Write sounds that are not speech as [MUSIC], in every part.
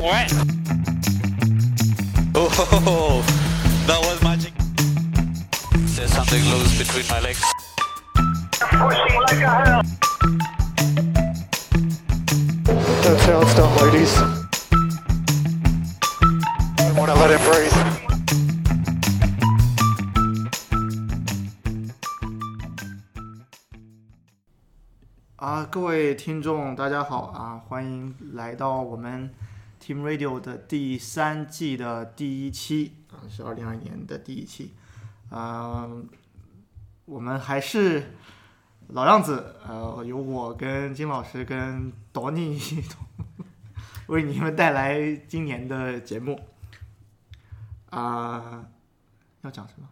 right. Oh, that was magic. There's something loose between my legs. Don't sound stop, ladies. Don't want to let him breathe. 啊，各位听众，大家好啊！欢迎来到我们 Team Radio 的第三季的第一期啊，是二零二年的第一期。啊、我们还是老样子，呃，由我跟金老师跟导尼为你们带来今年的节目。啊、要讲什么？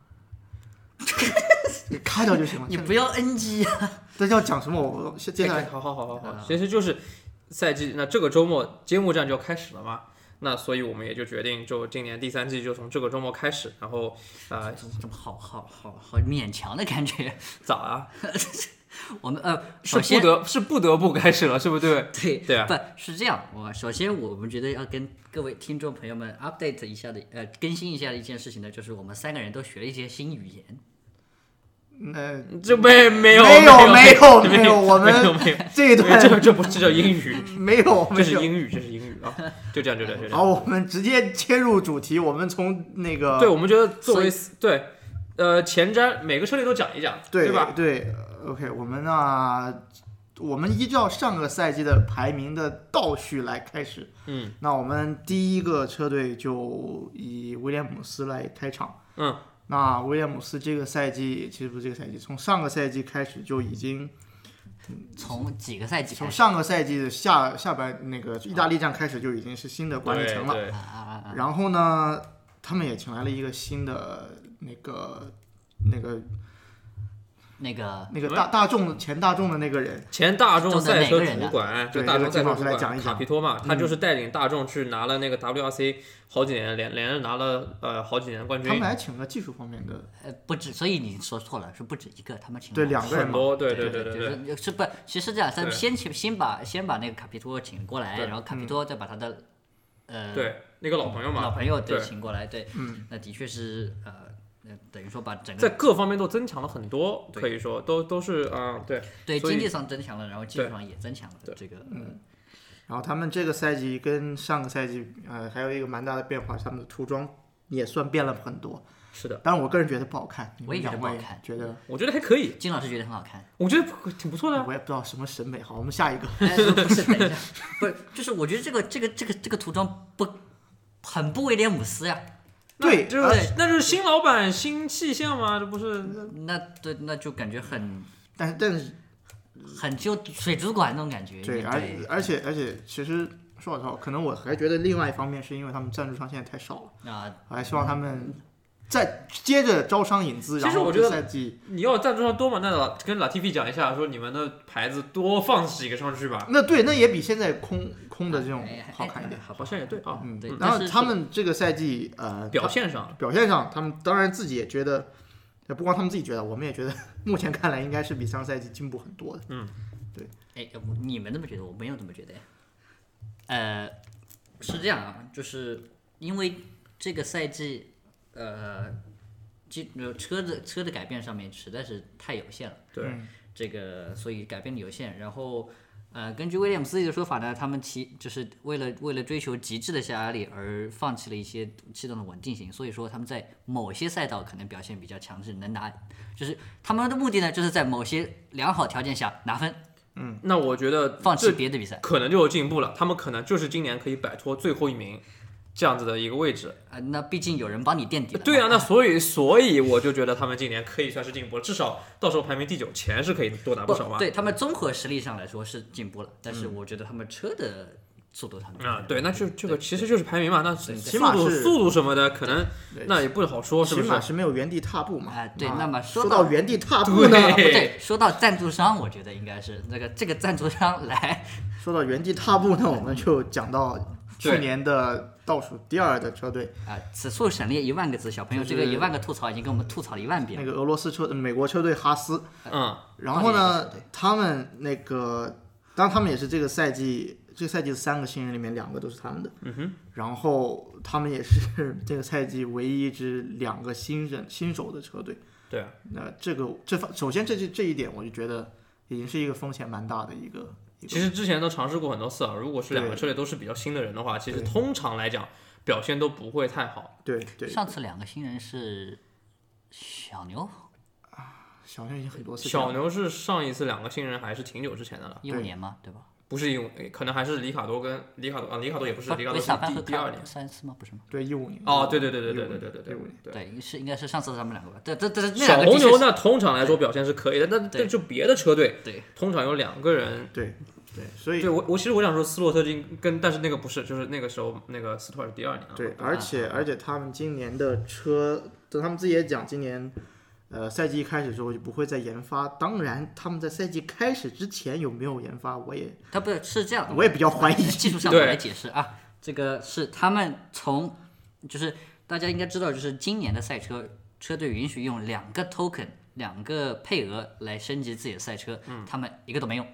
[LAUGHS] 咔掉就行了。你不要 NG 啊！这要讲什么？我我接下哎来好好好好好，啊其实就是赛季那这个周末揭幕战就要开始了嘛，那所以我们也就决定就今年第三季就从这个周末开始，然后啊、呃怎么好好好好勉强的感觉？咋啊？我们呃，是首不先得是不得不开始了，是不对？对对啊不是这样。我首先我们觉得要跟各位听众朋友们 update 一下的，呃，更新一下的一件事情呢，就是我们三个人都学了一些新语言。呃，这没没有有没有没有没没有，我们没有 [LAUGHS] 没有，这没有一段这这不这叫英语，没有这嗯没是有。英语，这是英语啊！就这样就这样就这样好，。我们直接切入主题，我们从那个对，我们觉得作为所对，呃，前瞻每个车队都讲一讲，对对吧？对，OK，我们呢，我们依照上个赛季的排名的倒序来开始。嗯，那我们第一个车队就以威廉姆斯来开场。嗯，那威廉姆斯这个赛季其实不是这个赛季，从上个赛季开始就已经从几个赛季开从始上个赛季的下下半那个意大利站开始就已经是新的管理层了。对对啊啊啊！然后呢，他们也请来了一个新的那个那个那个那个大大众前大众的那个人，前大众众的赛哪车个人主啊管，就对大这众赛车个金老主师来讲管一卡讲皮托嘛，他就是带领大众去拿了那个 WRC 好几年，连连着拿了呃好几年冠他们军，还请了技术方面的，呃，不止，所以你说错了，是不止一个，他们请对了两个人很嘛，多，对对对对对，就是是不，其实这样，咱对先请先把先把那个卡皮托请过来，对嗯然后卡皮托再把他的、呃对那个老朋友嘛，老朋友对对请过来，对，嗯，那的确是呃，呃等于说把整在个各方面都增强了很多，对可以说都都是啊，对对所以经济上增强了，然后技术对上也增强了对这个，嗯然后他们这个赛季跟上个赛季，呃，还有一个蛮大的变化，他们的涂装也算变了很多。是的，但是我个人觉得不好看，你我们也觉两得位不好看觉得我觉得还可以，金老师觉得很好看， [LAUGHS] 我觉得挺不错的啊，我也不知道什么审美。好，我们下一个， [LAUGHS] 哎不是，等一下，不是，就是我觉得这个这个这个这个涂装不很不威廉姆斯呀，对，就是呃那就是新老板新气象嘛，这不是那那对那就感觉很但是但是很就水族馆那种感觉，对，而而且而且，其实说老实话，可能我还觉得另外一方面是因为他们赞助商现在太少了。啊。我还希望他们再接着招商引资，其实然后我觉得这赛季你要赞助商多嘛，那老跟老 T P 讲一下，说你们的牌子多放几个上去吧，那对那也比现在空空的这种哎哎好看一点。好吧好像也对啊，嗯对，然后但是他们这个赛季呃表他现上表现上，他们当然自己也觉得，呃不光他们自己觉得，我们也觉得，目前看来应该是比上赛季进步很多的。哎，我你们这么觉得，我没有这么觉得。呃，是这样啊，就是因为这个赛季，呃，这呃车子车的改变上面实在是太有限了，对嗯这个所以改变的有限。然后，呃，根据威廉姆斯自己的说法呢，他们其就是为了为了追求极致的下压力而放弃了一些气动的稳定性，所以说他们在某些赛道可能表现比较强势，能拿就是他们的目的呢，就是在某些良好条件下拿分，那我觉得放弃这别的比赛。可能就有进步了，他们可能就是今年可以摆脱最后一名这样子的一个位置。啊，那毕竟有人帮你垫底了嘛。对啊，那所以所以我就觉得他们今年可以算是进步了，至少到时候排名第九前是可以多拿不不少嘛。嗯对他们综合实力上来说是进步了，但是我觉得他们车的速度上面啊，对，那就这个其实就是排名嘛，那速起码度是速度什么的，可能对那也不好说，是起不是码？是没有原地踏步嘛。哎对啊那么说说到到原地踏步呢，啊不对对，说到赞助商，我觉得应该是那个这个赞助商来， [LAUGHS] 说到原地踏步呢，我们就讲到去对年的倒数第二的车队，啊、此处省略一万个字，小朋友、就是这个一万个吐槽已经跟我们吐槽了一万遍那了。个俄罗斯车、美国车队哈斯，嗯，然后奥地利呢的对，他们那个当然他们也是这个赛季这个赛季的三个新人里面两个都是他们的，嗯哼，然后他们也是这个赛季唯一一支两个新人新手的车队。对啊，那这个这方首先这这这一点，我就觉得已经是一个风险蛮大的一个。一个其实之前都尝试过很多次啊。如果是两个对车队都是比较新的人的话，其实对通常来讲表现都不会太好。对对，上次两个新人是小牛，小牛已经很多次这样小牛是上一次两个新人还是挺久之前的了，一五年嘛，对吧？不是因为可能还是里卡多跟里卡多啊，里卡多也不是，里卡维多斯塔潘是和第第二年卡。三四吗？不是吗？对一五年哦，对对对对对对对对一对五年对。对，是应该是上次他们两个吧？对，这这这那两小个红的确牛是那通常来说表现是可以的，但对但就别的车队对通常有两个人。对对，所以对我，我其实我想说斯洛特金跟，但是那个不是，就是那个时候那个斯托尔是第二啊年了。啊对，而且而且他们今年的车，等他们自己也讲，今年呃赛季一开始之后就不会再研发。当然，他们在赛季开始之前有没有研发，我也他不是是这样，我也比较怀疑。哎技术上我对来解释啊，这个是他们从就是大家应该知道，就是今年的赛车车队允许用两个 token 两个配额来升级自己的赛车，他们一个都没用。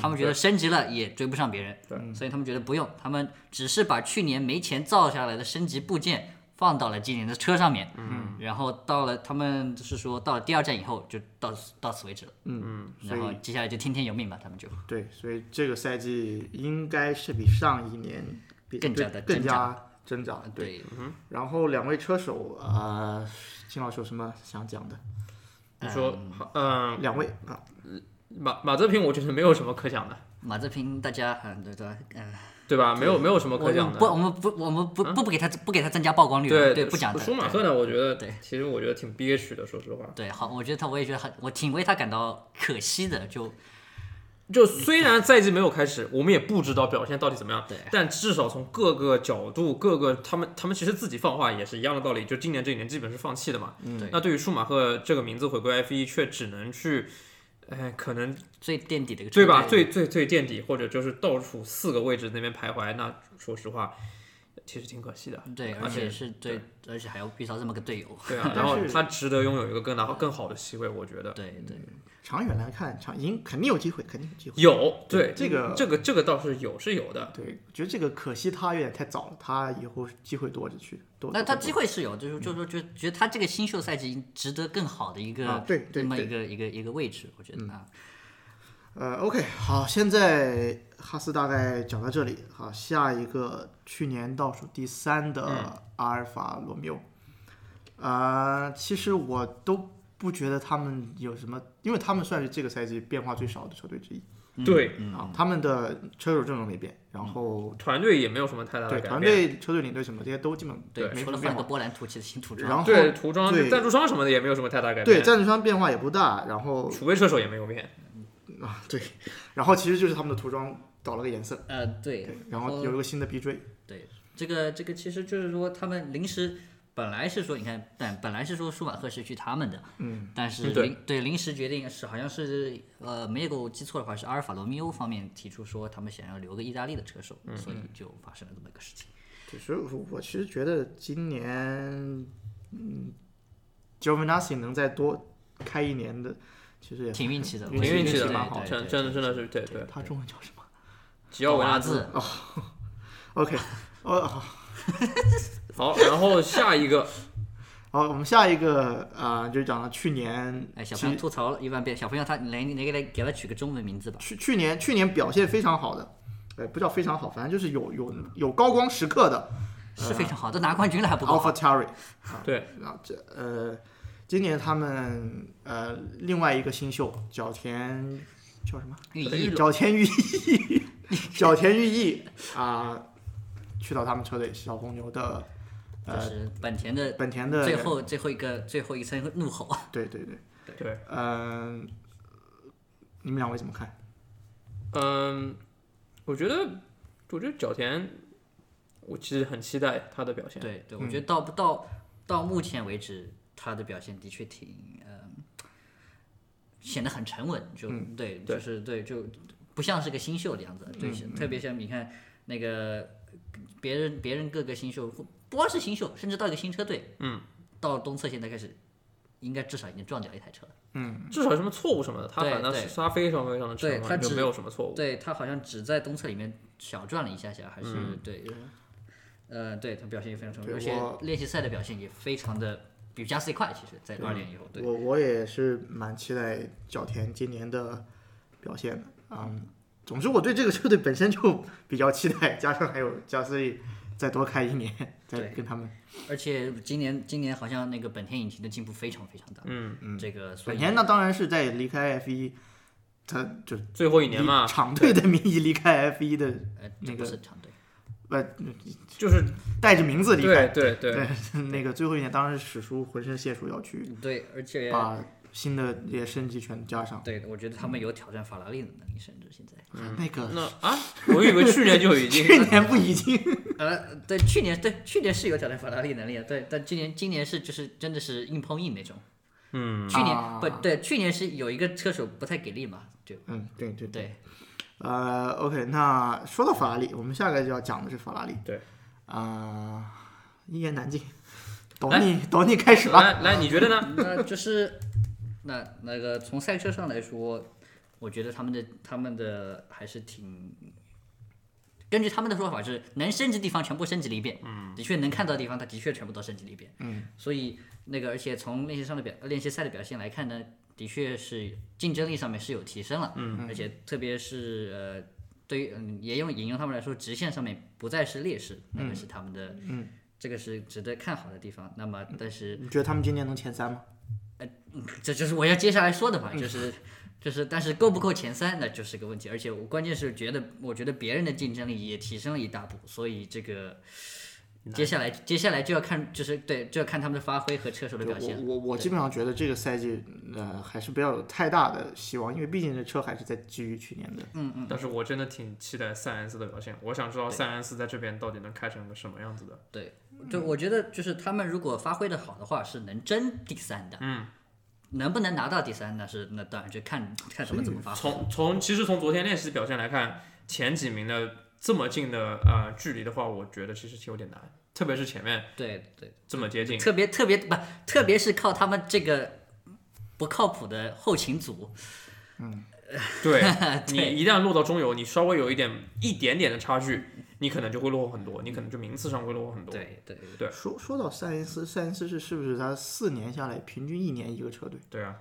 他们觉得升级了也追不上别人，对，所以他们觉得不用，他们只是把去年没钱造下来的升级部件放到了今年的车上面，嗯，然后到了他们就是说到了第二站以后就到此到此为止了，嗯， [LAUGHS] 然后所以接下来就听天由命吧，他们就对，所以这个赛季应该是比上一年比更加对的更挣加挣扎。对，嗯对，然后两位车手啊，呃金老师有什么想讲的？你说，嗯，两位啊，马马泽平我觉得没有什么可讲的，马泽平大家嗯对对嗯。对吧？没有没有什么我可讲们的。不，我们不，我们不不不给他不给他增加曝光率了，对对，不讲舒他。马赫呢，我觉得对其实我觉得挺憋屈的，说实话。对，好，我觉得他，我也觉得很，我挺为他感到可惜的，就就虽然赛季没有开始，我们也不知道表现到底怎么样，对但至少从各个角度、各个他们他们其实自己放话也是一样的道理，就今年这一年基本是放弃的嘛。嗯对那对于舒马赫这个名字回归 F 一，却只能去，哎，可能最垫底的一个对车队吧？最最最垫底，或者就是倒数四个位置那边徘徊。那说实话，其实挺可惜的。对，而而且且是对，而且还要遇到这么个队友，对 [LAUGHS] 啊，然后他值得拥有一个更大、更好的席位，我觉得对对长远来看，长赢肯定有机会，肯定有机会。有对这个这个这个倒是有是有的，对，我觉得这个可惜他有点太早了，他以后机会多着去。多那他多机会是有，就是就是觉觉得他这个新秀赛季值得更好的一个啊对对这么对一个一个一个位置，我觉得啊，呃，OK，好，现在哈斯大概讲到这里。好，下一个去年倒数第三嗯的阿尔法罗密欧，呃，其实我都不觉得他们有什么，因为他们算是这个赛季变化最少的球队之一、对啊。他们的车手阵容没变，然后、团队也没有什么太嗯大的对改团变。队、车队领队什么这些都基本没除什了么换变 [LAUGHS] 个化。波澜土气的新土然装，后对涂装对赞助商什么的也没有什么太大改变，对，赞助商变化也不大，然后储备车手也没有变，啊对，然后其实就是他们的涂装搞了个颜色，呃，对，然后有一个新的 B J，对，这个这个其实就是说他们临时本来是说，你看，但本来是说舒马赫是去他们的，嗯，但是对临对临时决定是好像是呃没有记错的话是阿尔法罗密欧方面提出说他们想要留个意大利的车手，嗯所以就发生了这么一个事情。其实我我其实觉得今年，嗯 g i o v a n a s i 能再多开一年的，其实也挺运气嗯的，挺挺我觉得运气的对蛮对好对真对真的对真的是对对。他中文叫什么吉奥维纳字兹， ？OK，哦好，好，然后下一个，好，我们下一个啊、呃就讲了去年，哎，小其朋友吐槽了一万遍，小朋友他来你来来给他取个中文名字吧。去去年去年表现非常好的，呃不叫非常好，反正就是有有有高光时刻的是嗯非常好，都拿冠军了嗯还不够哦 Alpha 好， Terry，对然后这呃，今年他们呃另外一个新秀角田叫什么？御一角田裕毅， [LAUGHS] 角田裕毅啊，去到他们车队小红牛的就呃是本田的本田的最后最后一个最后一声怒吼。对对对，对，嗯、你们两位怎么看？嗯，我觉得，我觉得角田，我其实很期待他的表现。对对，我觉得到到到目前为止，他的表现的确挺嗯，显得很沉稳，就对，对就是对，就不像是个新秀的样子。对，是特别像你看那个别人别人各个新秀，不光是新秀，甚至到一个新车队，嗯，到东侧现在开始。应该至少已经撞掉一台车了。至少什么错误什么的，他对反倒对是他非常非常的沉对他稳，就只没有什么错误。对他好像只在东侧里面小转了一下下，还是、对，呃，对他表现也非常成嗯功，对而且我练习赛的表现也非常的比加斯利快，其实，在二连以后，对，我我也是蛮期待角田今年的表现的。嗯，总之我对这个车队本身就比较期待，加上还有加斯利再多开一年，再对跟他们。而且今年今年好像那个本田引擎的进步非常非常大，嗯，这个所本以田那当然是在离开 F 一，他就最后一年嘛啊以，厂队的名义离开 F 一的，呃，那这不个是常队，就是带着名字离对开。对对，嗯那个最后一年，当然是史书浑身解数要去对，而且把新的这些升级全加上。对，我觉得他们有挑战法拉利的能力，甚至现在，那个那啊，我以为去年就已经 [LAUGHS] 去年不已经呃，对，去年对去年是有挑战法拉利能力的，对，但今年今年是就是真的是硬碰硬那种。嗯，去年、啊不对，去年是有一个车手不太给力嘛，就嗯，对对对。对，呃，OK，那说到法拉利，我们下个就要讲的是法拉利。对。啊、一言难尽。懂你，懂你开始吧。来来，你觉得呢？ [LAUGHS] 那就是那那个从赛车上来说，我觉得他们的他们的还是挺。根据他们的说法是，能升级地方全部升级了一遍，嗯，的确能看到的地方，他的确全部都升级了一遍，嗯，所以那个而且从练习上的表练习赛的表现来看呢，的确是竞争力上面是有提升了，嗯，而且特别是呃，对于嗯也用引用他们来说，直线上面不再是劣势，那个是他们的，嗯，这个是值得看好的地方。那么但 [LAUGHS] 是你觉得他们今年能前三吗？这就是我要接下来说的嘛，就是就是，但是够不够前三那就是个问题，而且我关键是觉得，我觉得别人的竞争力也提升了一大步，所以这个接下来接下来就要看，就是对，就要看他们的发挥和车手的表我现。我我基本上觉得这个赛季，呃，还是不要有太大的希望，因为毕竟这车还是在基于去年的。但是我真的挺期待塞恩斯的表现，我想知道对塞恩斯在这边到底能开成个什么样子的。对，就我觉得就是他们如果发挥的好的话，是能争第三的。嗯。能不能拿到第三，那是那当然就看看什么怎么发挥。从从其实从昨天练习的表现来看，前几名的这么近的呃距离的话，我觉得其实有点难，特别是前面对对，这么 [LAUGHS] 接近。特别特别不，特别是靠他们这个不靠谱的后勤组，对你对一旦落到中游，你稍微有一点一点点的差距，你可能就会落后很多，你可能就名次上会落后很多。，对对说说到塞恩斯，塞恩斯是是不是他四年下来平均一年一个车队？对啊，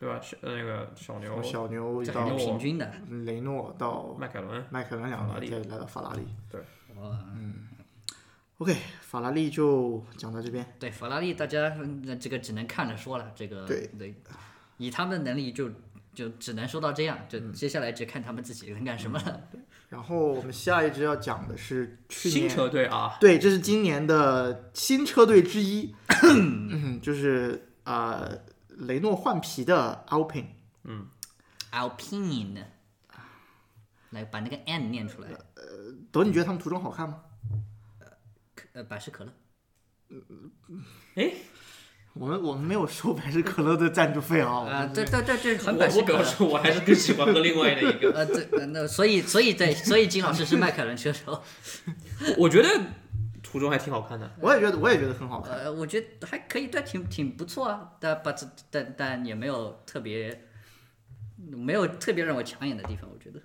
对吧？小呃那个小牛从、小牛这到还是诺平均的。雷诺到迈凯伦，迈凯伦两法拉年，利再来到法拉利。嗯哇 OK，法拉利就讲到这边。对法拉利，大家嗯那这个只能看着说了，这个对以他们的能力就就只能说到这样，就接下来就看他们自己能干什么了。然后我们下一支要讲的是去新年，车队啊，对，这是今年的新车队之 [COUGHS] 一，嗯就是呃雷诺换皮的 Alpine。 Alpine，来把那个 n 念出来，德，你觉得他们途中好看吗？呃，百事可乐。我们我们没有收百事可乐的赞助费啊。我啊，们对对对，这很我百事我可表乐。示我还是更喜欢喝另外的一个。呃，对，呃那所以所以对，所以金老师是迈凯伦车手。 [LAUGHS] 我觉得途中还挺好看的，我也觉得我也觉得很好看。呃，我觉得还可以，但挺挺不错啊，但把这但但也没有特别，没有特别让我抢眼的地方，我觉得。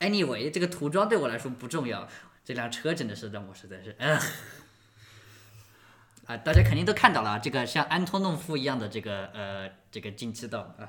Anyway，这个涂装对我来说不重要，这辆车真的是让我实在是，嗯、啊，大家肯定都看到了啊，这个像安托诺夫一样的这个呃这个进气道啊，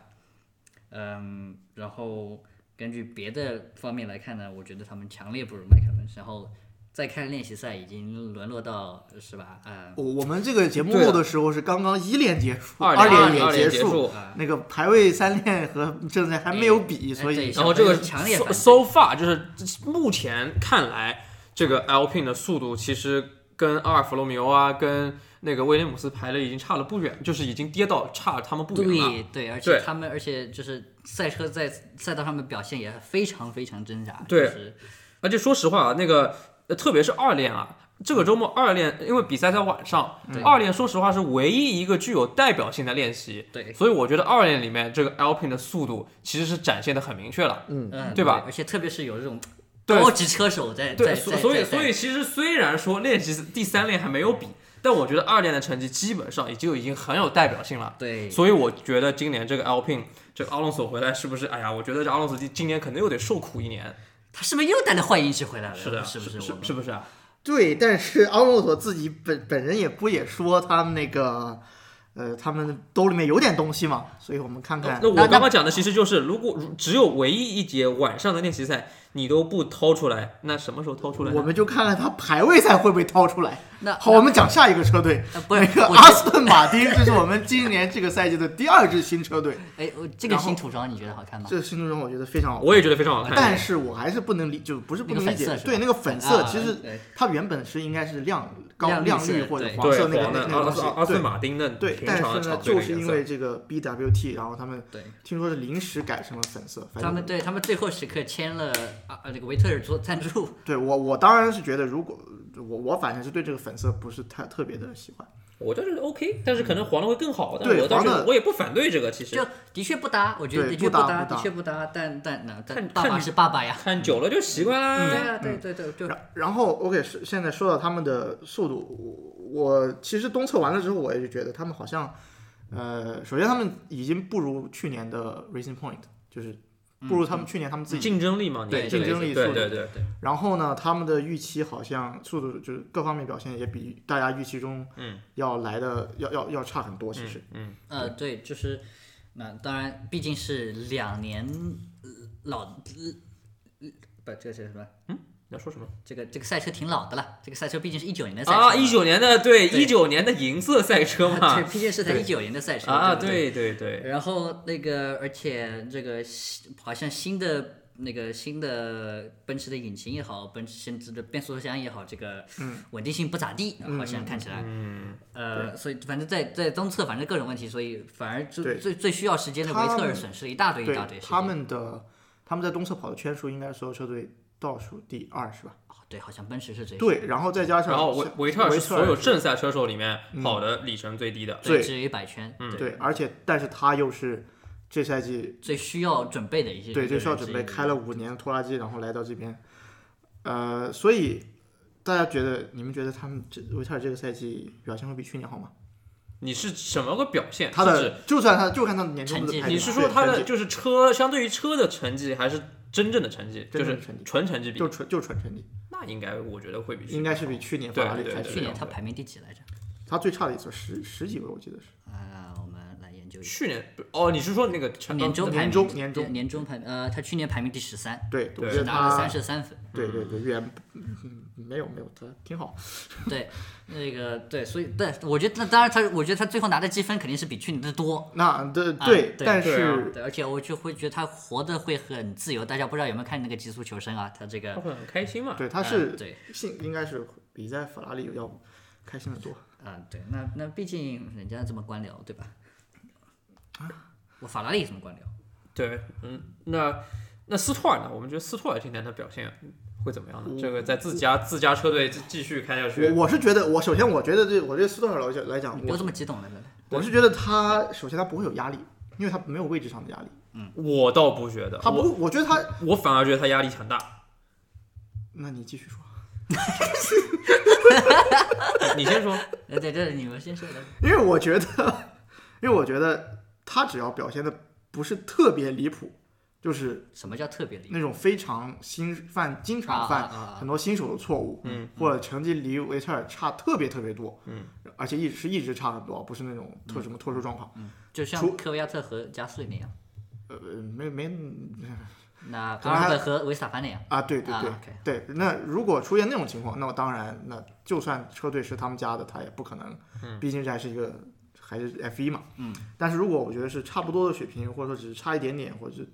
嗯，然后根据别的方面来看呢，我觉得他们强烈不如迈凯伦，然后再看练习赛已经沦落到是吧？啊、我我们这个节目对的录的时候是刚刚一连结束，二连连二也连结结束，那个排位三连和正赛还没有比，嗯哎所对以然后这个强烈 so 反对 so far 就是目前看来，这个 Alpine 的速度其实跟阿尔弗罗米欧啊，跟那个威廉姆斯排的已经差了不远，就是已经跌到差他们不远了。对啊对，而且对他们，而且就是赛车在赛道上面表现也非常非常挣扎。对就是而且说实话啊，那个呃特别是二练啊，这个周末二练，因为比赛在晚上，嗯二练说实话是唯一一个具有代表性的练习。对所以我觉得二练里面这个 Alpine 的速度其实是展现的很明确了。嗯，嗯，对吧而且特别是有这种对高级车手在在对，在所所以在在所以其实虽然说练习第三练还没有比，但我觉得二练的成绩基本上已经就已经很有代表性了。对，所以我觉得今年这个 Alpine 这个阿隆索回来是不是？哎呀，我觉得这阿隆索今今年肯定又得受苦一年。他是不是又带了坏因子回来了？是的，是不是是我们？是不是啊？对，但是奥诺索自己本本人也不也说他们那个，呃，他们兜里面有点东西嘛，所以我们看哦看。那我刚刚讲的其实就是，如果如只有唯一一节晚上的练习赛你都不掏出来，那什么时候掏出来呢？我们就看看他排位赛会不会掏出来。那好，我们讲下一个车队，呃不是那个我阿斯顿马丁，这是我们今年这个赛季的第二支新车 [LAUGHS] 队。哎，我这个新涂装你觉得好看吗？这个新车队我觉得非常好看，我也觉得非常好看。但是我还是不能理，就不是不能理那解个粉色，是吧对那个粉色，啊其对实它原本是应该是亮高亮绿亮绿色或者对黄对色那个黄那的个阿东阿西斯阿斯对顿马丁的对，平但常的是呢常，规就的是颜因色为这个 BWT，然后他们对听说是临时改成了粉色，反他正们对他们最后时刻签了啊呃那个维特尔做赞助，对我我当然是觉得，如果我我反正是对这个粉色不是太特别的喜欢，我倒是 OK，但是可能黄的会更好。但对我倒黄是的我也不反对这个，其实就的确不搭，我觉得对的确不搭搭，不搭的确不搭。但但那但看爸爸看是爸爸呀，看久了就习惯啦。对呀，对对对，就嗯然然后 OK 是现在说到他们的速度，我我其实东测完了之后，我也就觉得他们好像，呃，首先他们已经不如去年的 Racing Point，就是不如他们去年他们自嗯己，竞争力嘛，你对这个竞争力意思对速度对对对，然后呢，他们的预期好像速度就是各方面表现也比大家预期中嗯要来的要要要差很多，其实。嗯，呃，对，就是那当然，毕竟是两年呃老，呃不，这个是什么？你要说什么这个这个赛车挺老的了，这个赛车毕竟是一九年的赛车啊？一嘛九年的对，对一九年的银色赛车 [LAUGHS] 对，嘛，毕竟是台一九年的赛车啊，对不对对对对，然后那个，而且这个新好像新的那个新的呃奔驰的引擎也好，奔驰甚至的变速箱也好，这个嗯稳定性不咋地，好像看起来，嗯，呃，所以反正在在东侧反正各种问题，所以反而最对最最需要时间的维他特尔们损失了一大堆一对大堆时间，他们的他们在东侧跑的圈数应该所有车队倒数第二是吧？哦对，好像奔驰是最对，然后再加上然后维维特尔是所有是正赛车手里面跑的里程最低的，对对嗯只有一百圈，对，而且但是他又是这赛季最需要准备的一些对这最需要准备开了五年的拖拉机，然后来到这边，呃，所以大家觉得你们觉得他们这维特尔这个赛季表现会比去年好吗？你是什么个表现？他哎是的就算他就看他的年终成的绩排你名啊是对说他的成绩就是车相对于车的成绩，还是真正的成绩？就真是正的成绩纯成绩比就，嗯纯就纯成绩，那应该我觉得会比去应该是比去年法对拉利对开对对去始年对他对排名第几来着？他最差的一次十十几位我记得是。啊，我们来研究一下。哦去年哦，你是说那个成年终呃排名年终年终年终排呃，他去年排名第十三，对，我对觉得拿了他三十三分。对对对，远嗯没有没有，他挺好。对，那个对，所以对，我觉得那当然他，我觉得他最后拿的积分肯定是比去年的多。那对啊对，对但对啊是对，而且我就会觉得他活得会很自由。大家不知道有没有看那个《极速求生》啊？他这他个会很开心嘛？对他啊是对性应该是比在法拉利要开心的多。啊，对，那那毕竟人家这么官僚，对吧？啊我法拉利也这么官僚，对，嗯，那那斯托尔呢？我们觉得斯托尔今天的表现会怎么样呢？这个在自家自家车队继继续开下去，我我是觉得，我首先我觉得对我对斯托尔来讲来你讲，不要我这么激动了，来来我是觉得他首先他不会有压力，因为他没有位置上的压力。我倒不觉得，嗯他不我会，我觉得他，我反而觉得他压力很大。那你继续说，你你先 [LAUGHS] 说，来，在这里你们先说来。因为我觉得， [LAUGHS] 因为我觉得他只要表现的不是特别离谱，就是什么叫特别厉害？那种非常新犯、经啊常犯啊啊很多新手的错误，嗯，或者成绩离维特尔差特别特别多，嗯，而且一直是一直差很多，不是那种嗯特什么特殊状况，就像除科维亚特和加斯利那样，呃，没没那可阿能尔还特和维斯塔潘那样。啊，对对啊对、 ，OK 对，那如果出现那种情况，那我当然，那就算车队是他们家的，他也不可能，嗯毕竟这还是一个还是 F 一嘛，嗯，但是如果我觉得是差不多的水平，或者说只是差一点点，或者是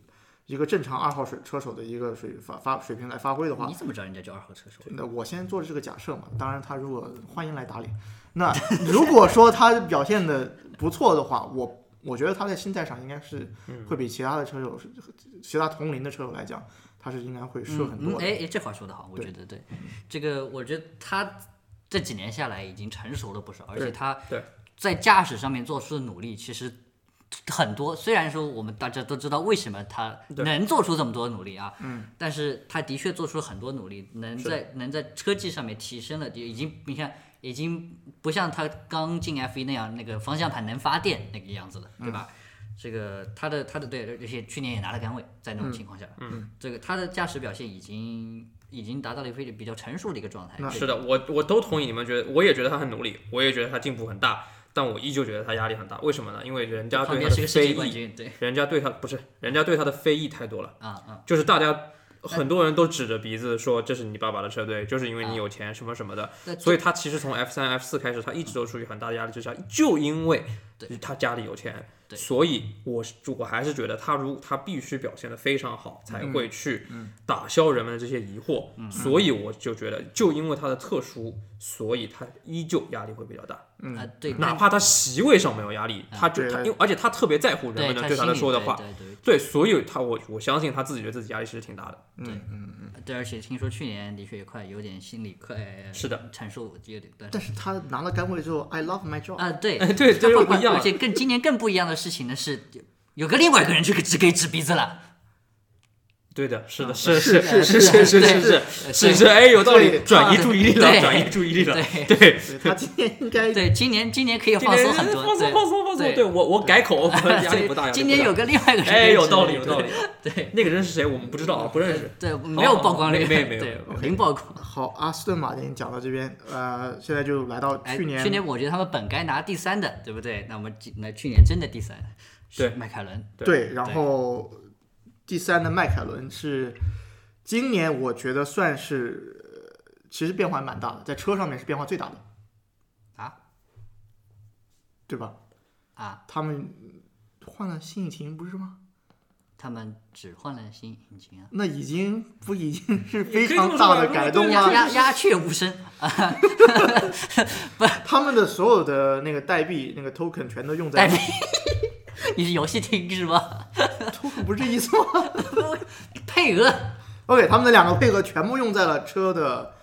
一个正常二号水车手的一个水发发水平来发挥的话你，怎么知道人家叫二号车手？那我先做这个假设嘛，当然他如果欢迎来打脸。那如果说他表现的不错的话，我我觉得他在心态上应该是嗯会比其他的车手是，其他同龄的车手来讲，他是应该会顺很嗯，多的。哎、哎，这话说得好，我觉得对，这个我觉得他这几年下来已经成熟了不少，而且他对在驾驶上面做出的努力其实很多。虽然说我们大家都知道为什么他对能做出这么多努力啊，嗯，但是他的确做出了很多努力，能是在能在车技上面提升了，已经你看已经不像它刚进 F1 那样那个方向盘能发电那个样子嗯了，对吧？这个它的它的对，而且去年也拿了杆位，在那种情况下，嗯，这个它的驾驶表现已经已经达到了一个比较成熟的一个状态。对是的，我我都同意你们觉得，我也觉得他很努力，我也觉得他进步很大，但我依旧觉得他压力很大。为什么呢？因为人家旁对边他是个的世界非冠议，军，对，人家对他不是，人家对他的非议太多了，啊啊，就是大家。很多人都指着鼻子说这是你爸爸的车队，就是因为你有钱什么什么的，那所以他其实从 F 三 F 四开始，他一直都处于很大的压力之下，就因为对他家里有钱，对所以我是我还是觉得他如他必须表现得非常好，才会去打消人们的这些疑惑。所以我就觉得，就因为他的特殊，所以他依旧压力会比较大，啊对，哪怕他席位上没有压力，他就对他因为而且他特别在乎人嗯对们的对心他的里说的对话。对对对，所以他我我相信他自己觉得自己压力其实挺大的。嗯对，而且听说去年的确也快有点心理快是的，承受有点但是但是他拿了杆位之后，I love my job，、啊对 [LAUGHS] 对这又不一样了而且更今年更不一样的事情呢是，有个另外一个人去给指给指鼻子了，对的，是啊的，是是是是是是是是是是是是是，哎，有道理，转移注意力了，对转移注意力了，对对，对他今天应该对，今年今年可以放松很多，放松对放松放松，对对我我改口，我对压力不大，压力不大今年有个另外一个人，哎， [LAUGHS] 有道理有道理，，对那个人是谁？我们不知道啊，不认识。对，没有曝光率，没哦没 [LAUGHS] 没有对没有零曝光。好。阿斯顿马丁讲到这边，呃，现在就来到哎，去年，去年我觉得他们本该拿第三的，对不对？那我们今那去年真的第三，是对迈凯伦，对，然后第三的迈凯伦是今年我觉得算是呃其实变化还蛮大的，在车上面是变化最大的啊，对吧？啊，他们换了新引擎不是吗？他们只换了新引擎啊。那已经不已经是可以非这常么大说的吧对改动对吗？鸦鸦鸦雀无声，他们的所有的那个代币、那个 token 全都用代在币， [LAUGHS] 你是游戏厅是吗？ token 不是这意思吗 [LAUGHS] 配额？OK，他们的两个配合全部用在了车的，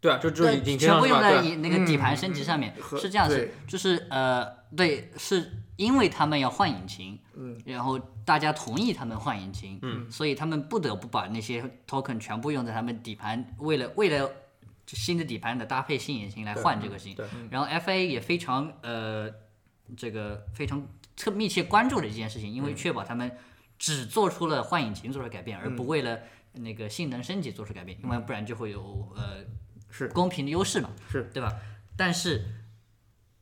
对啊，就就对引擎全上部是吧用对在啊你那嗯个底盘升级上面，和是这样子对，就是呃，对，是因为他们要换引擎，嗯，然后大家同意他们换引擎，嗯，所以他们不得不把那些 token 全部用在他们底盘，为了为了新的底盘的搭配新引擎来换这个新，对然后 FA 也非常呃这个非常特密切关注的一件事情，因嗯为确保他们只做出了换引擎做出改变，而嗯不为了那个性能升级做出改变，因为不然就会有呃是公平的优势嘛，是对吧？但是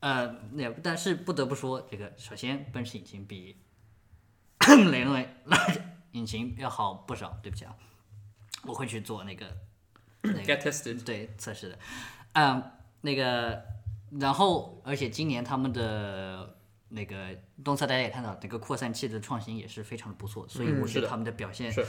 呃，那但是不得不说，这个首先奔驰引擎比 [CLEARS THROAT] 雷诺引擎要好不少，对不起啊，我会去做那个那个 get tested，对测试的，嗯，那个，然后而且今年他们的那个东侧大家也看到，那个扩散器的创新也是非常的不错，所以我嗯是觉得的他们的表现，是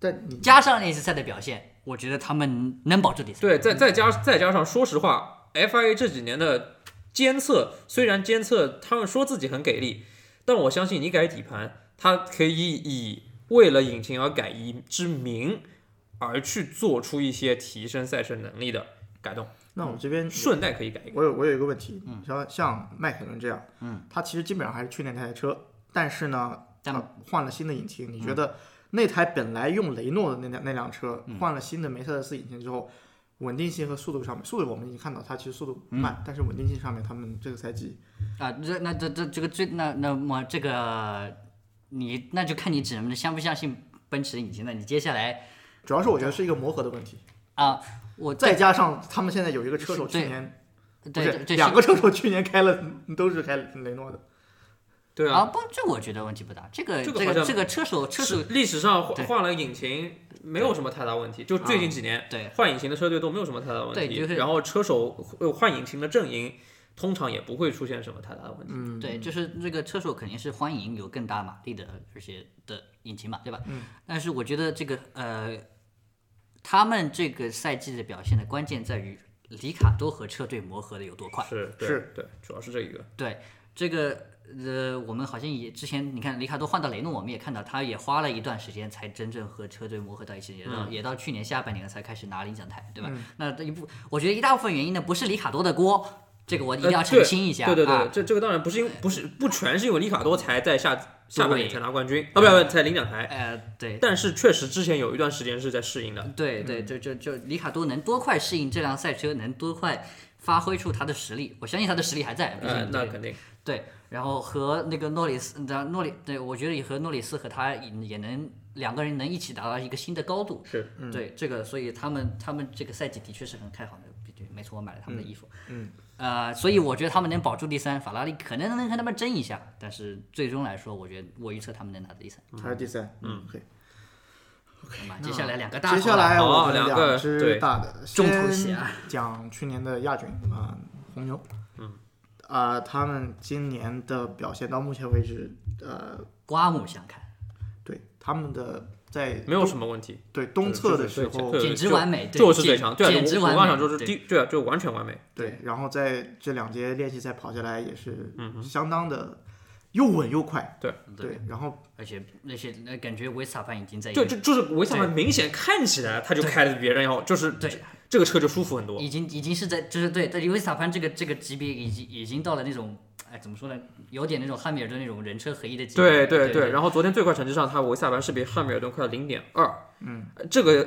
但你加上那次赛的表现，我觉得他们能保住第三。对，再再加再加上，说实话，FIA 这几年的监测，虽然监测他们说自己很给力，但我相信你改底盘，它可以以为了引擎而改以之名，而去做出一些提升赛车能力的改动，那我这边顺带可以改一个。我有我有一个问题，嗯像像迈凯伦这样，嗯，它其实基本上还是去年那台车，但是呢，但嗯它换了新的引擎，你觉得那台本来用雷诺的那辆那辆车嗯换了新的梅赛德斯引擎之后，稳定性和速度上面，速度我们已经看到它其实速度嗯慢，但是稳定性上面他们这个赛季啊，这那这这这个最那那么这个你那就看你只能相不相信奔驰引擎了。你接下来主要是我觉得是一个磨合的问题，啊，我再加上他们现在有一个车手是对去年不对是对两个车手去年开了都是开雷诺的，对啊不，这我觉得问题不大。这个这个这好个像这个车手车手是历史上对换换了引擎没有什么太大问题，就最近几年、对换引擎的车队都没有什么太大的问题，对就是然后车手呃换引擎的阵营通常也不会出现什么太大的问题。对，就是这个车手肯定是欢迎有更大马力的，而且的引擎嘛，对吧？嗯。但是我觉得这个呃，他们这个赛季的表现的关键在于里卡多和车队磨合的有多快。是对是对，主要是这一个。对，这个呃，我们好像也之前你看里卡多换到雷诺，我们也看到他也花了一段时间才真正和车队磨合到一起，也嗯到、也到去年下半年才开始拿领奖台，对吧？那这一部我觉得一大部分原因呢，不是里卡多的锅。这个我一一定要澄清一下，呃对对对，啊这这个当然不是因不是不全是因为里卡多才在下下半年才拿冠嗯军啊，不不才领奖牌，呃，对但是确实之前有一段时间是在适应的。对对，就就就里卡多能多快适应这辆赛车，能多快发挥出他的实力，我相信他的实力还在，毕竟、呃，那肯定，嗯对，然后和那个诺里斯，那诺里，对我觉得也和诺里斯和他也也能两个人能一起达到一个新的高度。是，嗯对这个，所以他们他们这个赛季的确是很看好的，对，没错，我买了他们的衣服。嗯。呃，所以我觉得他们能保住第三，法拉利可能能和他们争一下，但是最终来说，我觉得我预测他们能拿到第三。还是第三，嗯，OK。好吗？接下来两个大头啊接下了，来我们哦两两个只对大的重头戏啊，先讲去年的亚军啊、红牛，嗯，啊、他们今年的表现到目前为止，呃，刮目相看，对他们的在没有什么问题，对东侧的时候，对简直完美，对就是简最强，对啊，简直我我完刚美，想说是对哎第，对啊，就完全完美，对，然后在这两节练习赛跑下来也是相当的又稳又快，嗯对对，然后而且那些那感觉维斯塔潘已经在一就个就就是维斯塔潘明显看起来他就开的比别人要，就是对这这个车就舒服很多，已经已经是在就是对对，因为萨潘这个这个级别已经已经到了那种哎怎么说呢，有点那种汉密尔顿那种人车合一的级对别。对对，后然后昨天最快成绩上，他维斯塔潘是比汉密尔顿快零点二，嗯，这个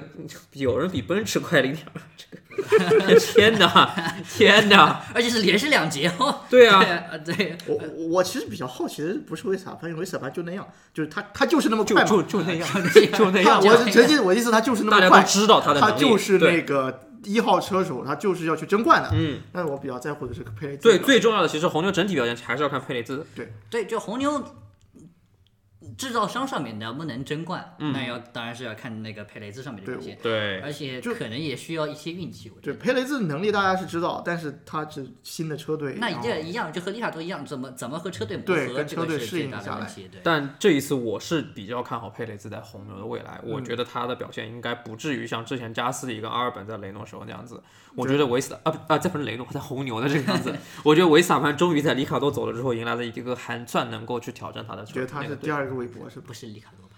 有人比奔驰快零点二，这个 [LAUGHS] 天哪，天 [LAUGHS] 哪，而且是连续两节 [LAUGHS] 哦。对 [LAUGHS] 啊啊对，我我我其实比较好奇的不是维斯塔潘，因为维斯塔潘就那样，就是他他就是那么就快嘛，就就那样，就那他样， [LAUGHS] 我是直接我意思他就是那大么家快都，知道他的能他力，就是那对个一号车手，他就是要去争冠的。嗯，但是我比较在乎的是佩雷兹。对，最重要的其实红牛整体表现还是要看佩雷兹，对，就红牛制造商上面能不能争冠，那要当然是要看那个佩雷兹上面的嗯对表现，对，而且就可能也需要一些运气，我觉对得。佩雷兹的能力大家是知道，但是他是新的车队，那然一后定一样，就和利卡多一样，怎么怎么和车队磨哦对合，跟这车个队是适最应大的下问来题。对，但这一次我是比较看好佩雷兹在红牛的未来，嗯我觉得他的表现应该不至于像之前加斯里跟阿尔本在雷诺时候那样子。我觉得维斯啊不啊，这不是雷诺，在红牛的这个样子。 [LAUGHS] 我觉得维斯塔潘终于在里卡多走了之后，迎来了一个还算能够去挑战他的车。觉得他那个是队第二个韦伯是吧？不是里卡多吧？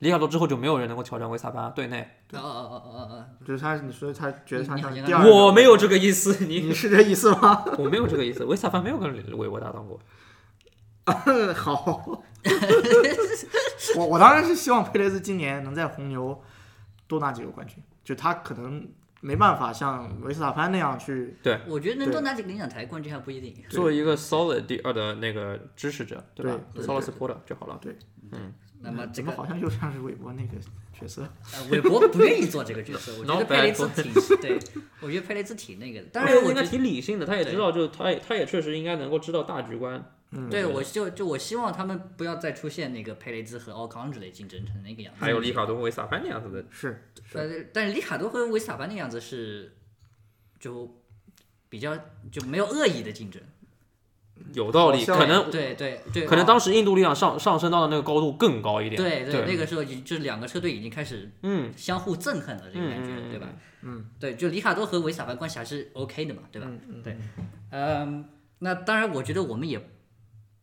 里卡多之后就没有人能够挑战维斯塔潘队内。哦哦哦哦哦哦，就是他，你说他觉得他你像你第二个，我没有这个意思，你你是这意思吗？ [LAUGHS] 我没有这个意思，维斯塔潘没有跟韦伯搭档过。 [LAUGHS] 好，我我当然是希望佩雷兹今年能在红牛多拿几个冠军，就他可能没办法像维斯塔潘那样去我觉得能对多拿几个领奖台冠军还不一定。作为一个 solid 第二的那个支持者，对吧对对？solid 对 supporter 就好了。那么这嗯怎个么好像又像是韦伯那个角色？呃，韦伯不愿意做这个角色，我觉 Not 得 bad 佩雷兹 [LAUGHS] 挺，对我觉得佩雷兹挺那个的。当然，我我应该觉得哦挺理性的，他也对知道，就他也他也确实应该能够知道大局观。对我就就我希望他们不要再出现那个佩雷兹和奥康之类竞争成那个样子。还有里卡多跟维萨潘那样子的，是呃，但是里卡多和维斯塔潘那样子是就比较就没有恶意的竞争。有道理。好像可能对对对，啊可能当时印度力量上上升到的那个高度更高一点。对对，那个时候已就是两个车队已经开始嗯，相互憎恨了，这个感觉，嗯嗯嗯对吧？嗯，对，就里卡多和维斯塔潘关系还是 OK 的嘛，对吧？嗯对，嗯，那当然，我觉得我们也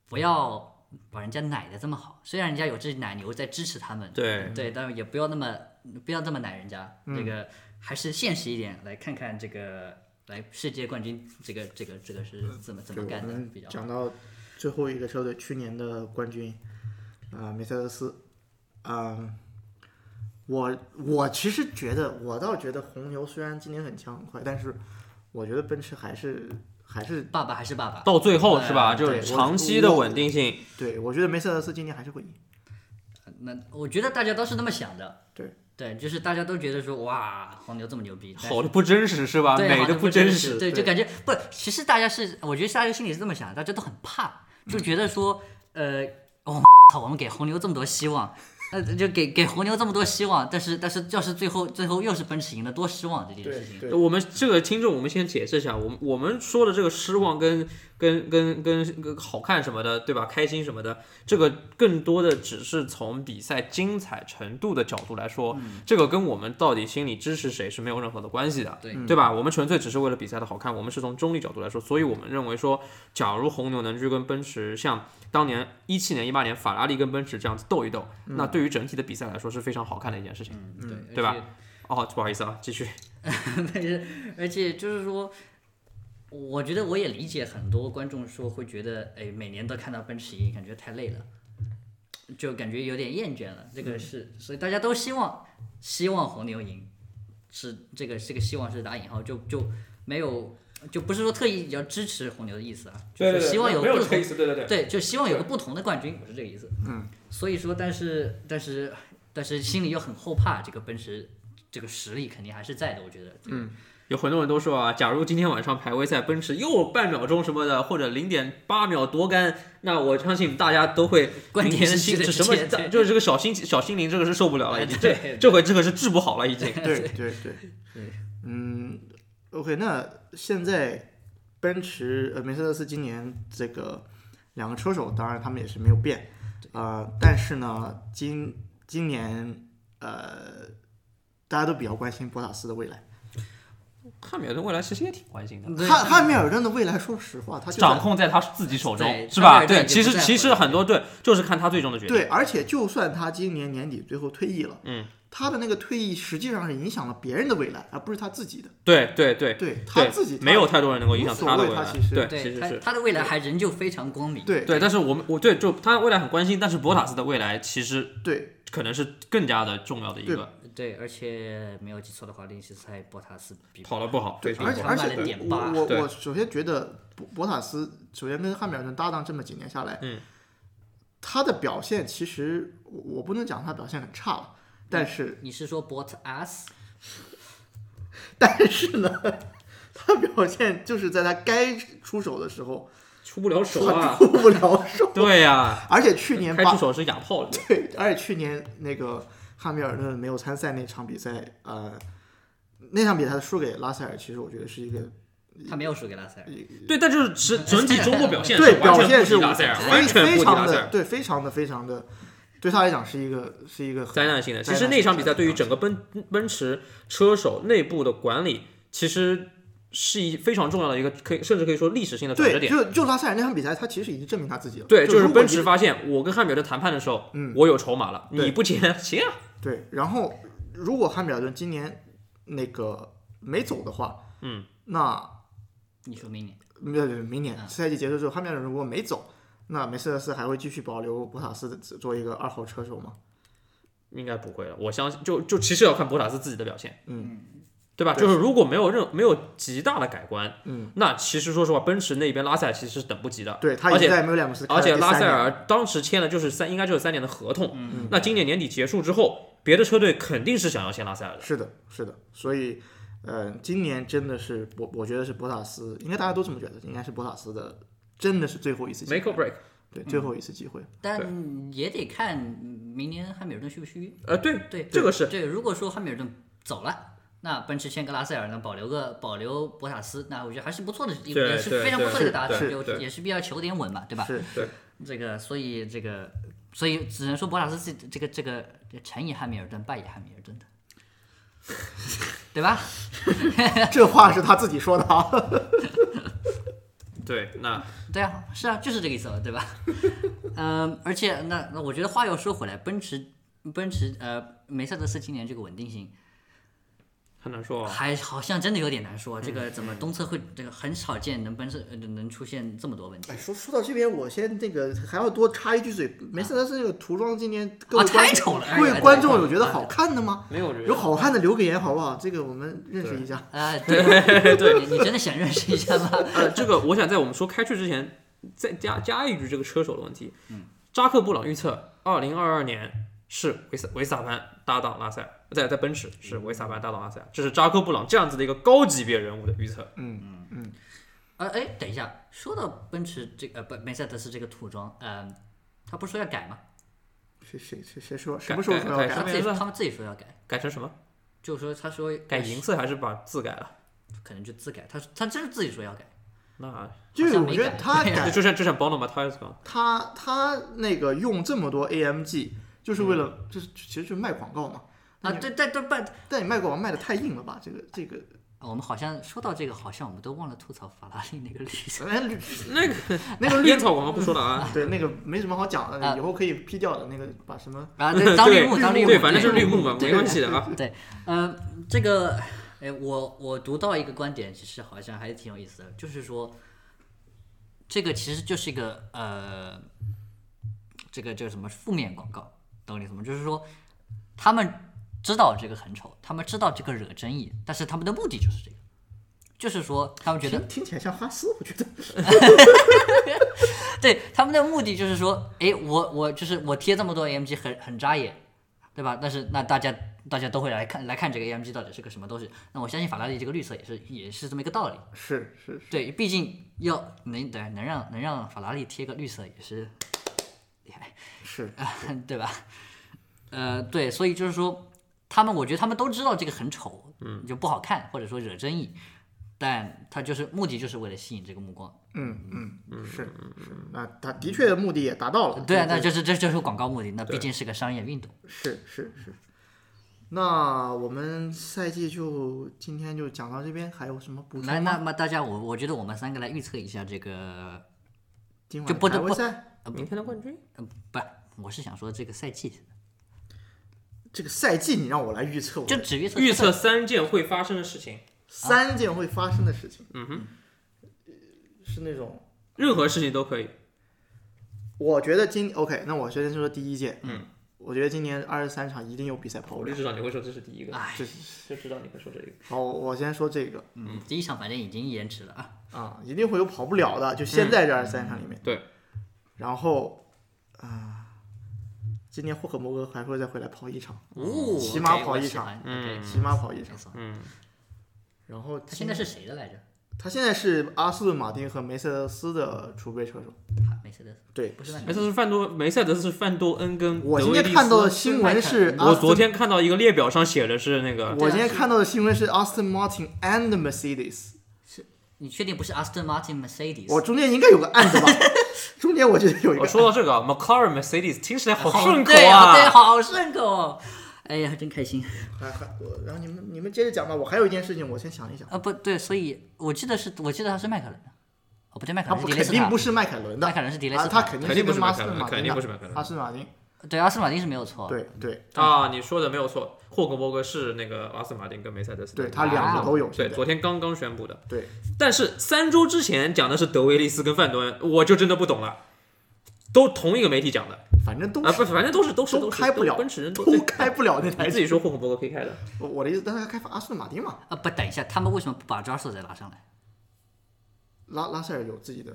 不要把人家奶的这么好，虽然人家有这奶牛在支持他们，对对，但是也不要那么不要那么奶人家，嗯这个还是现实一点，来看看这个。来，世界冠军这个这个这个是怎么怎对，么干我的们比较好？讲到最后一个车队，去年的冠军，啊、梅赛德斯，啊、我我其实觉得，我倒觉得红牛虽然今年很强很快，但是我觉得奔驰还是还是爸爸还是爸爸，到最后哎是吧？对就是我长期的稳定性。对我觉得梅赛德斯今年还是会赢，那我觉得大家都是那么想的，对对，就是大家都觉得说哇，黄牛这么牛逼，但是好的不真实是吧？对啊美好的像不真实，对对，就感觉不，其实大家是，我觉得大家心里是这么想的，大家都很怕，就觉得说，呃，哦，操我们给红牛这么多希望，呃，就给给红牛这么多希望，但是但是要是最后最后又是奔驰赢了，多失望这件事情。对我们这个听众，我们先解释一下，我们我们说的这个失望跟跟跟跟跟好看什么的，对吧？开心什么的，这个更多的只是从比赛精彩程度的角度来说，这个跟我们到底心里支持谁是没有任何的关系的，对对吧？我们纯粹只是为了比赛的好看，我们是从中立角度来说，所以我们认为说，假如红牛能去跟奔驰像当年一七年、一八年法拉利跟奔驰这样子斗一斗，那对于整体的比赛来说是非常好看的一件事情。对对吧？哦，不好意思啊，继续。而且而且就是说，我觉得我也理解很多观众说会觉得，哎，每年都看到奔驰赢，感觉太累了，就感觉有点厌倦了。这嗯个是，所以大家都希望希望红牛赢，是这个这个希望是打引号，就就没有就不是说特意要支持红牛的意思啊，就对是对对，希望有没有不这个同意思，对对对。对，就希望有个不同的冠军，我是这个意思。嗯，所以说，但是但是但是心里又很后怕，这个奔驰这个实力肯定还是在的，我觉得。嗯，有很多人都说啊，假如今天晚上排位赛奔驰又半秒钟什么的，或者零点八秒夺杆，那我相信大家都 [LAUGHS] 会观点是是心直接什么对就是这个小心小心灵这个是受不了了，已经对这对这回这个是治不好了已 [LAUGHS] 经。对对对，嗯，OK，那现在奔驰呃梅赛德斯今年这个两个车手，当然他们也是没有变，呃，但是呢，今今年呃大家都比较关心博塔斯的未来。汉密尔顿未来其实也挺关心的。对汉汉密尔顿的未来，说实话，他就掌算控在他自己手中，对是吧？汉密尔对，顿已其经不实在乎其实了很多对，就是看他最终的决定。对，而且就算他今年年底最后退役了，嗯，他的那个退役实际上是影响了别人的未来，而不是他自己的。对对对对他对自己他没有太多人能够影响无所谓的未来他其 [LAUGHS] 实。对，其对实他是。他的未来还仍旧非常光明。，对对，但是我们我对就他未来很关心，但是博塔斯的未来其实对，可能是更加的重要的一对个，对，而且没有记错的话，练习赛博塔斯比跑得不好，对，非常而不且好而慢了且点我吧我对我首先觉得博博塔斯首先跟汉密尔顿搭档这么几年下来，嗯，他的表现其实我我不能讲他表现很差了，但嗯是你是说博塔斯？但是呢， [LAUGHS] 他表现就是在他该出手的时候出不了手 [LAUGHS] 他啊。出不了手，对呀、而且去年开八出手是哑炮了。对，而且去年那个汉密尔顿没有参赛那场比赛，呃，那场比赛输给拉塞尔，其实我觉得是一个他没有输给拉塞尔，对，但就是整 [LAUGHS] 整体周末表现对是完表全现不是及拉塞尔，非完全非不及常拉塞的尔，对，非常的非常的，对他来讲是一个是一个很灾难性的。其灾实难那性场的比赛对于整个个奔奔驰车手内部的管理，其实是一非常重要的一个，可以甚至可以说历史性的转折对，点。就就拉塞尔那场比赛，他其实已经证明他自己了。对，就就是如果奔一驰发现我跟汉密尔顿谈判的时候，嗯我有筹码了，对你不签，行啊，对，然后如果汉密尔顿今年那个没走的话，嗯，那你说明年没有没有明年啊赛季结束之后，汉密尔顿如果没走，那梅赛德斯还会继续保留博塔斯的做一个二号车手吗？应该不会了。我相信，就就其实要看博塔斯自己的表现，嗯，对吧？对就是如果没有任没有极大的改观，嗯，那其实说实话，奔驰那边拉塞尔其实是等不及的，对他而已经且在缪利亚姆斯开而了第且三年，嗯拉塞尔当时签的就是三，应该就是三年的合同。那今年年底结束之后，别的车队肯定是想要签拉塞尔的。是的，是的，所以，呃，今年真的是我我觉得是博塔斯，应该大家都这么觉得，应该是博塔斯的真的是最后一次机 Make or 会， break，对，嗯最后一次机会，但也得看明年汉密尔顿续不续约。呃，对对这个是对，如果说汉密尔顿走了。那奔驰签个拉塞尔呢，保留个保留博塔斯，那我觉得还是不错的，一个对也是对非常不错的一对个搭档，是就对也是比较求点稳嘛，对吧？是对这个，所以这个，所以只能说博塔斯这这个这个成也汉密尔顿，败也汉密尔顿的， [LAUGHS] 对吧？这话是他自己说的啊，对，那对啊，是啊，就是这个意思嘛，对吧？ [LAUGHS] 嗯，而且那那我觉得话又说回来，奔驰奔驰呃梅赛德斯今年这个稳定性很难说啊。还好像真的有点难说，这个怎么东侧会这个很少见能奔驰呃能出现这么多问 [LAUGHS] [LAUGHS] 题哎，。说说到这边，我先那个还要多插一句嘴，梅赛德斯那个涂装今年各位啊观太丑了各哎位呀观太众丑有了觉得哎好看的吗？没有人有好看的留个言好不好？这个我们认识一下。啊，对 [LAUGHS] 对，你你真的想认识一下吗？呃，这个我想在我们说开去之前，再加加一句这个车手的问题。嗯，扎克布朗预测二零二二年是维斯维斯塔潘搭档拉塞尔，在在奔驰是维斯塔潘搭档拉塞尔，这是扎克布朗这样子的一个高级别人物的预测。嗯，呃，哎，等一下，说到奔驰这个呃不梅赛德斯这个涂装，嗯、他不是说要改吗？ [LAUGHS] 谁谁谁谁说什改么时候改说要改什么改他自己颜色他们自己说要改，改成什么？就说他说哎呃改银，色还是把字改了？可能就自改，他他真是自己说要改，那就是像我没觉得改他对啊改就像就像 Bono 嘛，他也是讲他他那个用这么多 AMG，就是为了、就是其实就是卖广告嘛。啊，嗯对对对，但但你卖广告卖的太硬了吧？这个这个，我们好像说到这个，好像我们都忘了吐槽法拉利那个 [LAUGHS] 绿色。哎，绿那个那个绿 [LAUGHS] 烟草广告不说了 [LAUGHS] 啊。对那个没什么好讲的，啊以后可以 P 掉的那个，把什么啊，对对，当绿幕，当绿幕，对，反正是对绿幕嘛，没关系的啊。呃对，嗯，这个哎，我我读到一个观点，其实好像还挺有意思的，就是说，这个其实就是一个呃，这个叫什么负面广告，懂我意思吗？就是说，他们知道这个很丑，他们知道这个惹争议，但是他们的目的就是这个，就是说他们觉得听听起来像哈斯，我觉得对，他们的目的就是说，哎，我我就是我贴这么多 AMG 很很扎眼，对吧？但是那大家大家都会来看来看这个 AMG 到底是个什么东西。那我相信法拉利这个绿色也是也是这么一个道理。是是是，对，毕竟要能能能让能让法拉利贴个绿色也是 [LAUGHS] 厉害，是啊，对吧？呃，对，所以就是说，他们我觉得他们都知道这个很丑，嗯，就不好看或者说惹争议，但他就是目的就是为了吸引这个目光。嗯嗯嗯是是，那他的确目的也达到了。对啊，这那这就是这就是广告目的，那毕对竟是个商业运动。是是是。那我们赛季就今天就讲到这边，还有什么补充来，那吗？么大家，我我觉得我们三个来预测一下这个，今晚就不的排位不赛明天的冠军，不，我是想说这个赛季，这个赛季，你让我来预测，就只预测预测三件会发生的事情，三件会发生的事情。嗯哼，是那种，任何事情都可以。我觉得今 OK，那我先说第一届，嗯，我觉得今年二十三场一定有比赛跑我不就了。知道你会说这是第一个，哎这就知道你会说这个。好，我先说这个嗯，第一场反正已经延迟了啊，啊，一定会有跑不了的，就现在这二十三场里面。嗯对，然后啊，今年霍克摩格还会再回来跑一场，哦起码跑一场嗯，起码跑一场没。错。嗯，然后他现在是谁的来着？他现在是阿斯顿马丁和梅赛德斯的储备车手。啊梅赛德斯，对，不是梅曼联赛德斯哎范多梅赛德斯是范多恩跟我德今维天利看到的啊斯新闻是阿我斯昨天看到一个列表上写的是那个我今天看到的新闻是 Aston Martin and Mercedes，你确定不是 Aston Martin Mercedes？我中间应该有个案 [LAUGHS] 子吧？中间我觉得有一个我案说到这个啊，McLaren Mercedes 听起来好好顺口对啊！对，好顺口哦。哎呀，真开心还还我，哎然后你们你们接着讲吧，我还有一件事情，我先想一想。啊！不对，所以我记得是，我记得他是迈凯伦的，哦不对，迈凯他伦不是迪雷肯斯定塔不，是迈凯伦的，迈凯伦是迪雷啊，斯他塔，肯肯是定不跟是阿迈斯凯顿伦马肯丁定不的，是迈凯伦阿斯顿马丁。对，阿斯顿马丁是没有错。对对啊，你说的没有错，霍格伯格是那个阿斯顿马丁跟梅赛德斯的对，哦他两个都有。对，现在昨天刚刚宣布的。对，但是三周之前讲的是德维利斯跟范多恩，我就真的不懂了，都同一个媒体讲的反正都啊，不，反正都是都是都是开不了奔驰人都 [LAUGHS] 都开不了那台你自车。己说霍格伯格可以开的，我我的意思，但是他开发阿斯顿马丁嘛，啊，不，等一下，他们为什么不把 j a r s o 再拉上来？拉拉塞尔有自己的，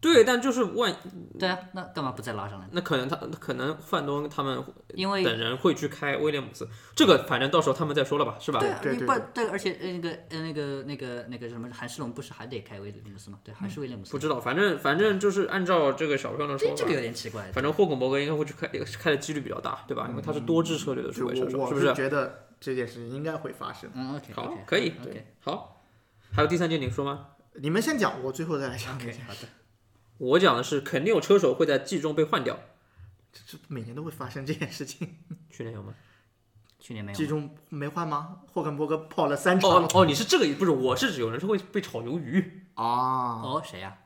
对，但就是万对啊，那干嘛不再拉上来？那可能他可能范多恩他们因为等人会去开威廉姆斯，这个反正到时候他们再说了吧，是吧？对啊，对你对不对对，而且呃那个呃那个那个那个什么韩世龙不是还得开威廉姆斯吗？对，还嗯是威廉姆斯。哎不知道，反正反正就是按照这个小票的说法，这这个有点奇怪。反正霍肯伯格应该会去开开的几率比较大，对吧？因为他是多支车队的嗯就主位车我手，我是不是？觉得这件事情应该会发生。嗯，OK，好 OK，，可以 OK，好。还有第三件你说吗？你们先讲，我最后再来讲这件事。好的。我讲的是肯定有车手会在季中被换掉，这这每年都会发生这件事情。去年有吗？去年没有季吗。中没换吗？霍肯伯格跑了三场哦哦，你是这个意思不是？我是指有人是会被炒鱿鱼，啊，哦，谁呀？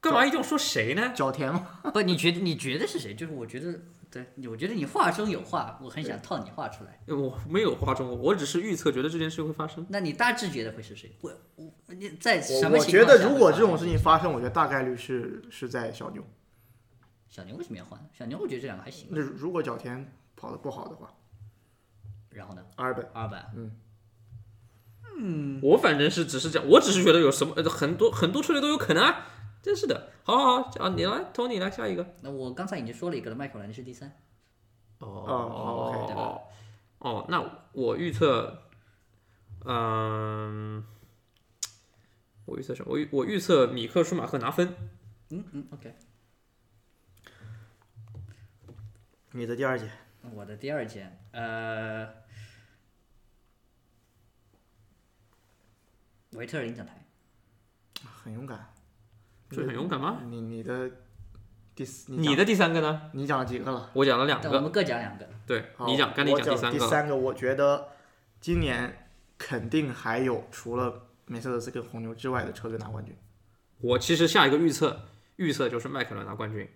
干嘛一定要说谁呢？角田嘛，不，你觉得你觉得是谁？就是我觉得，对，我觉得你话中有话，我很想套你话出来。我没有夸中，我只是预测觉得这件事会发生。那你大致觉得会是谁？我我你在什我我么情觉况得下如会果发这种生事情发生，我觉得大概率是是在小牛。小牛为什么要换？小牛我觉得这两个还行。那如果角田跑得不好的话，然后呢，阿尔本二班我反正是只是讲，我只是觉得有什么呃很多很多车队都有可能啊，真是的。好好好，啊，你来，Tony 来下一个。那我刚才已经说了一个了，迈凯伦是第三。哦哦，OK，对哦哦，那我预测，嗯、我预测什么？我预我预测米克舒马赫拿分。嗯嗯，OK。你的第二节，我的第二件，呃，维特尔领奖台，很勇敢，这很勇敢吗？你你的第四，你讲的第三个呢？你讲了几个了？我讲了两但我个，们各讲两个。对好你讲，该你我讲第三三个。个，我觉得今年肯定还有除了梅赛德斯跟红牛之外的车队拿冠军。我其实下一个预测，预测就是迈凯伦拿冠军。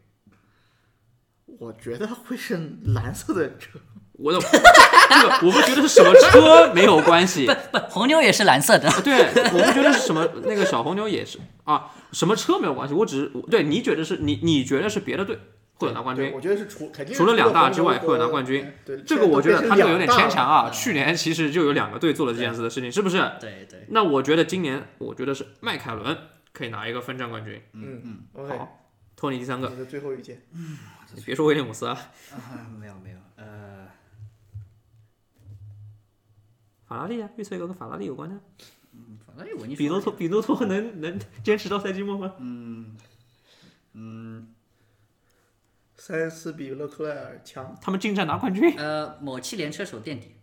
我觉得会是蓝色的车，我的 [LAUGHS] 这个我不觉得是什么车没有关系，不，红牛也是蓝色的。对，我不觉得是什么那个小红牛也是啊，什么车没有关系，我只是对你觉得是你你觉得是别的队会有拿冠对，军我，觉得是除肯定是啊除了两大红之外牛会有拿和冠军。对，这个我觉得他这个有点牵强啊。嗯去年其实就有两个队做了这件事的事情，是不是？ [LAUGHS] 对对，那我觉得今年我觉得是迈凯伦可以拿一个分站冠军，嗯嗯，OK，好托尼第三个，你的最后一件，你别说威廉姆斯啊，啊，没有没有，呃，法拉利啊，预测一个跟法拉利有关的，反正哎我你比诺托比诺托能能坚持到赛季末吗？塞恩斯比勒克莱尔强，他们进站拿冠军，呃，某汽联车手垫底，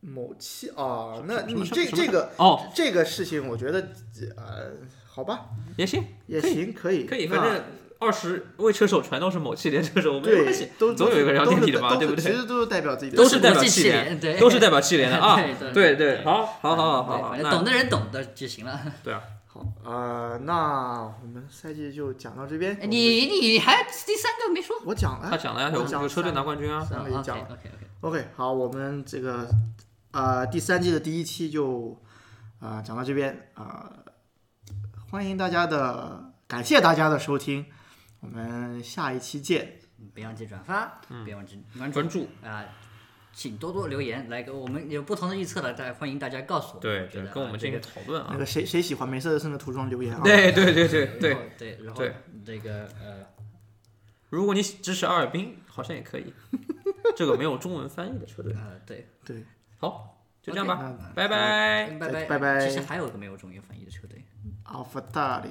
某期啊，那什么你什这么这个哦这个事情，我觉得呃，好吧，也行，也可以行，可以，可以，那反正二十位车手全都是某汽联车手，没关系对，，都总有一个人要都垫是底的吧，都对是不其对？实都是代表自己的都都是是代表国际汽汽联，联对 [LAUGHS] 都是代表汽联的啊对，对对对好，好，好，好，好，对反正那懂的人懂的就行 [LAUGHS] 了。对啊，好啊、呃那我们赛季就讲到这边。我们哎你你还第三个没说我讲了，他讲了呀，有讲有车队拿冠军啊，三个也？OK 讲了。 OK OK， OK，好，我们这个呃第三季的第一期就啊、呃讲到这边啊、呃欢迎大家的，感谢大家的收听，我们下一期见，别忘记转发，嗯别忘记关注专注。啊。请多多留言来给我们有不同的预测的，大家欢迎大家告诉我们。对我觉对得，跟我啊们这进行个讨论啊那。个谁谁喜欢梅赛德斯的涂装留言啊， [LAUGHS] 对对对对对然，后对，然后对这个呃，如果你支持阿尔滨，好像也可以。这个没有中文翻译的车队。呃，对，嗯对，好，就这样吧 OK，拜拜。拜拜哎拜拜其实还有一个没有中英翻译的车队，阿法大利。